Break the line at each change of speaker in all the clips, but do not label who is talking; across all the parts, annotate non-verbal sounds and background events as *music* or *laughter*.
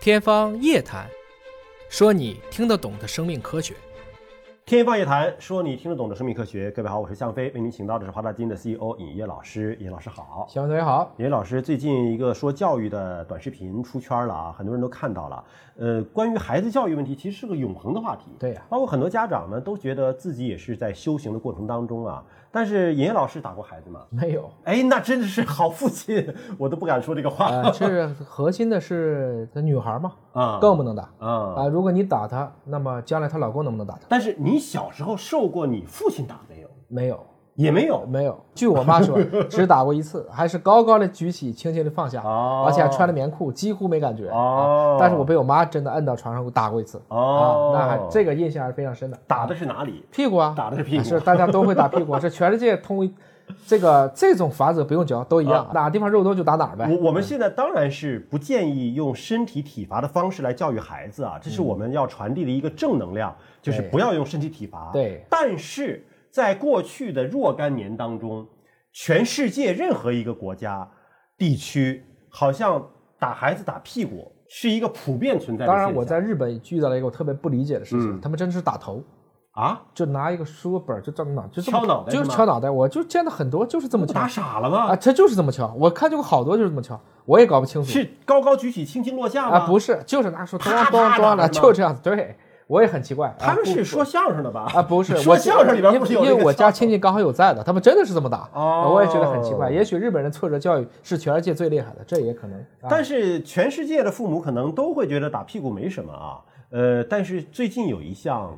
天方夜谭，说你听得懂的生命科学。
天方夜谭，说你听得懂的生命科学。各位好，我是向飞，为您请到的是华大基因的 CEO 尹烨老师。尹烨老师好，
小同学好，
尹烨老师最近一个说教育的短视频出圈了啊，很多人都看到了。呃，关于孩子教育问题，其实是个永恒的话题。
对呀
包括很多家长呢，都觉得自己也是在修行的过程当中啊。但是尹烨老师打过孩子吗？
没
*laughs*
有，
哎，那真的是好父亲，我都不敢说这个话
呃，这核心的是她女孩嘛，
啊。
更不能打
啊、
啊。如果你打她，那么将来她老公能不能打她？
但是你小时候受过你父亲打没有？
没有，
也没有。
没有。据我妈
*laughs*
说，只打过一次，还是高高的举起，轻轻的放下，
哦
而且还穿着棉裤，几乎没感觉。
哦
啊但是我被我妈真的摁到床上打过一次，啊，
哦，
那还这个印象还是非常深的。
打的是哪里？
屁股啊，
打的是屁股
啊是大家都会打屁
*laughs*
股啊，是全世界通一，这个这种法则不用教，都一
啊
样，哪地方肉多就打哪儿呗。
我我们现在当然是不建议用身体体罚的方式来教育孩子啊，这是我们要传递的一个正能量，就是
嗯对
不要用身体体罚。
对
但是在过去的若干年当中，全世界任何一个国家、地区，好像打孩子打屁股是一个普遍存在的
当
现象。
然，我在日本遇到了一个我特别不理解的事情，
嗯
他们真的是打头，
啊，
就拿一个书本儿就这么脑，就这么
敲脑袋
就是
吗
敲脑袋。我就见到很多就是这么
不
敲
打傻了吗？
啊，他就是这么敲。我看见过好多就是这么敲，我也搞不清楚
是高高举起，轻轻落下吗？
啊，不是，就是拿书咣
啪啪
咣
打
咣的，
的吗
就这样子。对，我也很奇怪。啊
他们
不
是说相声的吧？
*laughs* 啊，不是，
说
我
相声里边不是有
因为
那
因为
个
我
腔
家亲戚刚好有在的，他们真的是这么打，
哦
我也觉得很奇怪。也许日本人挫折教育是全世界最厉害的，这也可能。啊
但是全世界的父母可能都会觉得打屁股没什么啊，呃，但是最近有一项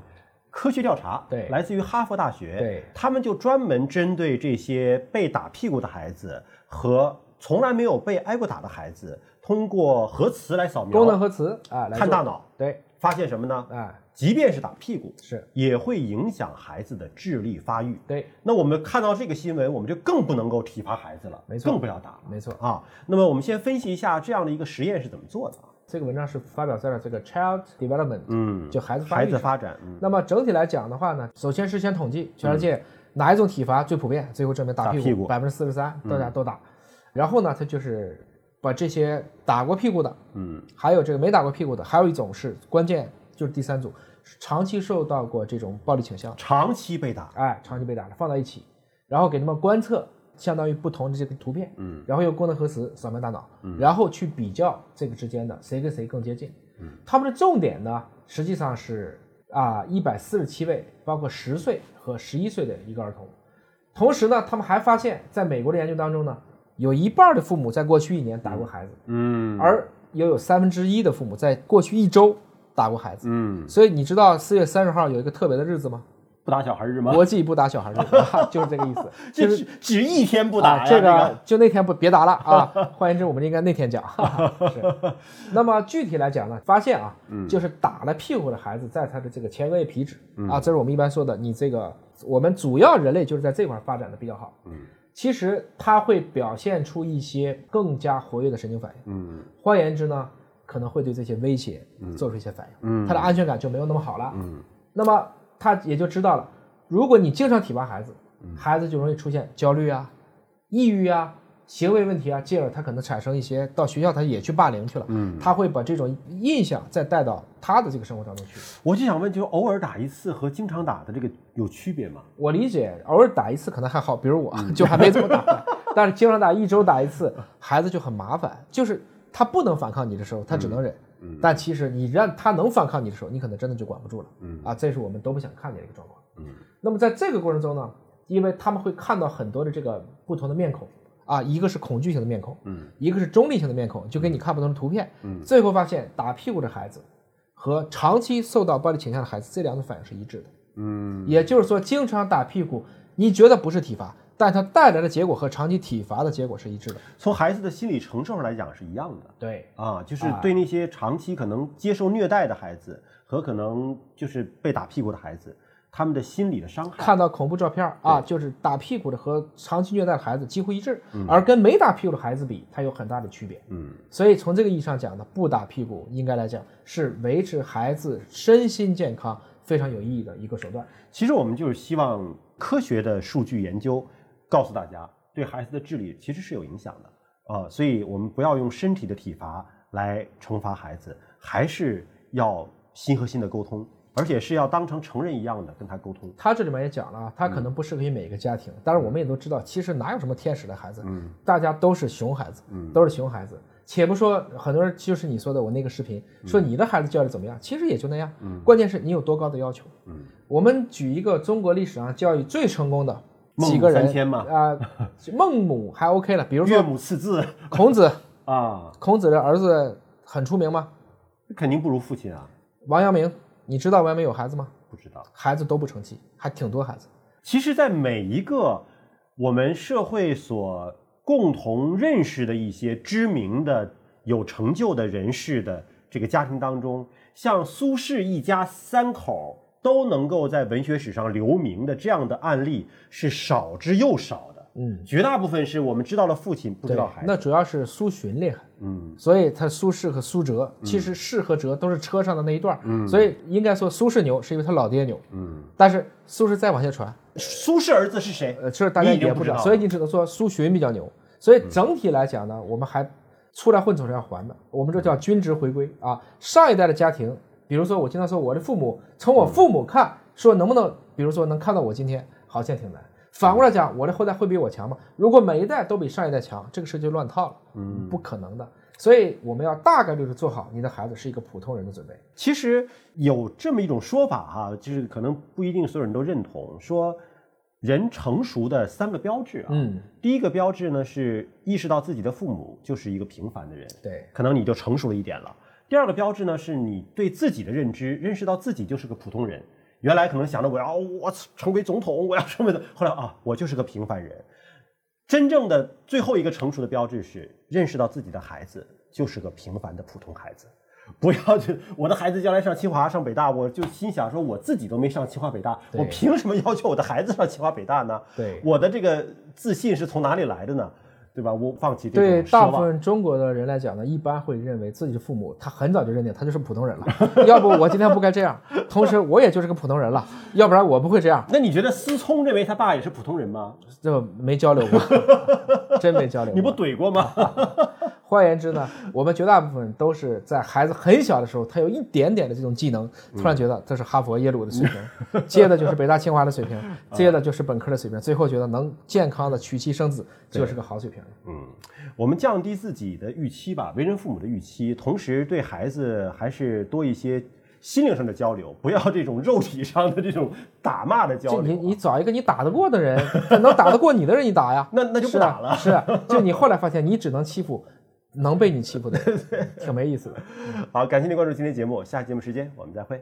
科学调查，
对
来自于哈佛大学，
对
他们就专门针对这些被打屁股的孩子和从来没有被挨过打的孩子，通过核磁来扫
功能
描
核磁啊，来
看
做
大脑，
对
发现什么呢？
啊，
即便是打屁股，
是
也会影响孩子的智力发育。
对，
那我们看到这个新闻，我们就更不能够体罚孩子了，
没错
更不要打了
没错。
啊。那么我们先分析一下这样的一个实验是怎么做的啊。
这个文章是发表在了这个 Child Development，
嗯
就孩子发
孩
育
子
上。
发展，嗯，
那么整体来讲的话呢，首先是先统计全世界哪一种体罚最普遍，最后证明
打
打
嗯屁
屁
股嗯
股，百分之四十三，大家都打。然后呢，他就是把这些打过屁股的，
嗯，
还有这个没打过屁股的，还有一种是关键就是第三组，长期受到过这种暴力倾向，
长期被打，
哎，长期被打的放到一起，然后给他们观测，相当于不同的这个图片，
嗯，
然后用功能核磁扫描大脑，然后去比较这个之间的谁跟谁更接近，嗯，他们的重点呢实际上是啊一百四十七位，包括十岁和十一岁的一个儿童，同时呢，他们还发现，在美国的研究当中呢，有一半的父母在过去一年打过孩子，
嗯
而也有三分之一的父母在过去一周打过孩子。
嗯，
所以你知道四月三十号有一个特别的日子吗？
不打小孩日吗？
国际不打小孩日，啊 *laughs* 就是这个意思。
这只只一天不打呀，
啊，这个就那天不别打了
*laughs*
啊。换言之，我们应该那天讲。哈哈是。那么具体来讲呢，发现啊，
嗯
就是打了屁股的孩子，在他的这个前额叶皮质
嗯
啊，这是我们一般说的，你这个我们主要人类就是在这块儿发展的比较好。嗯，其实它会表现出一些更加活跃的神经反应。
嗯
换言之呢，可能会对这些威胁做出一些反应，
嗯
他的安全感就没有那么好了。
嗯，
那么他也就知道了，如果你经常体罚孩子，孩子就容易出现焦虑啊、抑郁啊、行为问题啊，进而他可能产生一些到学校他也去霸凌去了，
嗯，
他会把这种印象再带到他的这个生活当中去。
我就想问，就是偶尔打一次和经常打的这个有区别吗？
我理解，偶尔打一次可能还好，比如我 *laughs*
嗯
就还没怎么
*laughs*
打，但是经常打，一周打一次，孩子就很麻烦。就是他不能反抗你的时候，他只能忍。
嗯
但其实你让他能反抗你的时候，你可能真的就管不住了。
嗯
啊，这是我们都不想看见的一个状况。
嗯，
那么在这个过程中呢，因为他们会看到很多的这个不同的面孔啊，一个是恐惧型的面孔，
嗯，
一个是中立型的面孔，就给你看不同的图片。
嗯，
最后发现打屁股的孩子和长期受到暴力倾向的孩子，这两种反应是一致的。
嗯
也就是说，经常打屁股，你觉得不是体罚，但它带来的结果和长期体罚的结果是一致的。
从孩子的心理承受上来讲是一样的。
对，
啊，就是对那些长期可能接受虐待的孩子和可能就是被打屁股的孩子，他们的心理的伤害。
看到恐怖照片儿啊，就是打屁股的和长期虐待的孩子几乎一致，而跟没打屁股的孩子比，它有很大的区别。
嗯，
所以从这个意义上讲呢，不打屁股应该来讲是维持孩子身心健康非常有意义的一个手段。
其实我们就是希望科学的数据研究告诉大家，对孩子的智力其实是有影响的啊，所以我们不要用身体的体罚来惩罚孩子，还是要心和心的沟通，而且是要当成成人一样的跟他沟通。
他这里面也讲了啊，他
嗯
可能不适合于每个家庭，但是我们也都知道，其实哪有什么天使的孩子，
嗯
大家都是熊孩子，
嗯
都是熊孩子。且不说很多人就是你说的我那个视频，说你的孩子教育怎么样，其实也就那样，
嗯
关键是你有多高的要求。
嗯，
我们举一个中国历史上教育最成功的
孟
几
母
个人
三迁嘛
啊、孟母还 OK 了，比如
岳
说
母刺字
孔子，
啊，
孔子的儿子很出名吗？
肯定不如父亲啊。
王阳明，你知道王阳明有孩子吗？
不知道。
孩子都不成器，还挺多孩子。
其实，在每一个我们社会所共同认识的一些知名的、有成就的人士的这个家庭当中，像苏轼一家三口都能够在文学史上留名的这样的案例是少之又少的。
嗯，
绝大部分是我们知道了父亲，不知
对
道孩，子。
那主要是苏洵厉害。
嗯，
所以他苏轼和苏辙，其实轼和辙都是车上的那一段，嗯、所以应该说苏轼牛是因为他老爹牛，
嗯，
但是苏轼再往下传，
苏轼儿子是谁？
呃，这大家
你已经
也
不
知
知道了嗯
所以你只能说苏洵比较牛。所以整体来讲呢，我们还出来混总是要还的，我们这叫均值回归
嗯
啊。上一代的家庭，比如说我经常说我的父母，从我
嗯
父母看，说能不能，比如说能看到我今天，好像挺难。反过来
嗯
讲，我的后代会比我强吗？如果每一代都比上一代强，这个事就乱套了，嗯，不可能的。所以我们要大概率的做好你的孩子是一个普通人的准备。
其实有这么一种说法哈、就是可能不一定所有人都认同，说人成熟的三个标志啊，
嗯，
第一个标志呢是意识到自己的父母就是一个平凡的人，
对，
可能你就成熟了一点了。第二个标志呢是你对自己的认知，认识到自己就是个普通人。原来可能想着我要我成为总统，我要成为的，后来啊，我就是个平凡人。真正的最后一个成熟的标志是认识到自己的孩子就是个平凡的普通孩子，不要去我的孩子将来上清华上北大，我就心想说我自己都没上清华北大，
对
我凭什么要求我的孩子上清华北大呢？
对
我的这个自信是从哪里来的呢？对吧？我放弃这
对
种
大
奢
部
望。
分中国的人来讲呢，一般会认为自己的父母，他很早就认定他就是普通人了， *laughs* 要不我今天不该这样，同时我也就是个普通人了，要不然我不会这样，
那你觉得思聪认为他爸也是普通人吗？
就没交流过， *laughs* 真没交流过。
你不怼过吗？ *laughs*
换言之呢，我们绝大部分都是在孩子很小的时候，他有一点点的这种技能，突
嗯
然觉得这是哈佛、耶鲁的水平，接的就是北大、清华的水
*laughs*
平，
啊
接的就是本科的水平，最后觉得能健康的娶妻生子就是个好水平了。
我们降低自己的预期吧，为人父母的预期，同时对孩子还是多一些心灵上的交流，不要这种肉体上的这种打骂的交
就你
流。
你找一个你打得过的人，能打得过你的人，你打呀。
那那就不打了。
是啊，是啊就你后来发现，你只能欺负能被你欺负的人，挺没意思的。
好，感谢您关注今天节目，下期节目时间我们再会。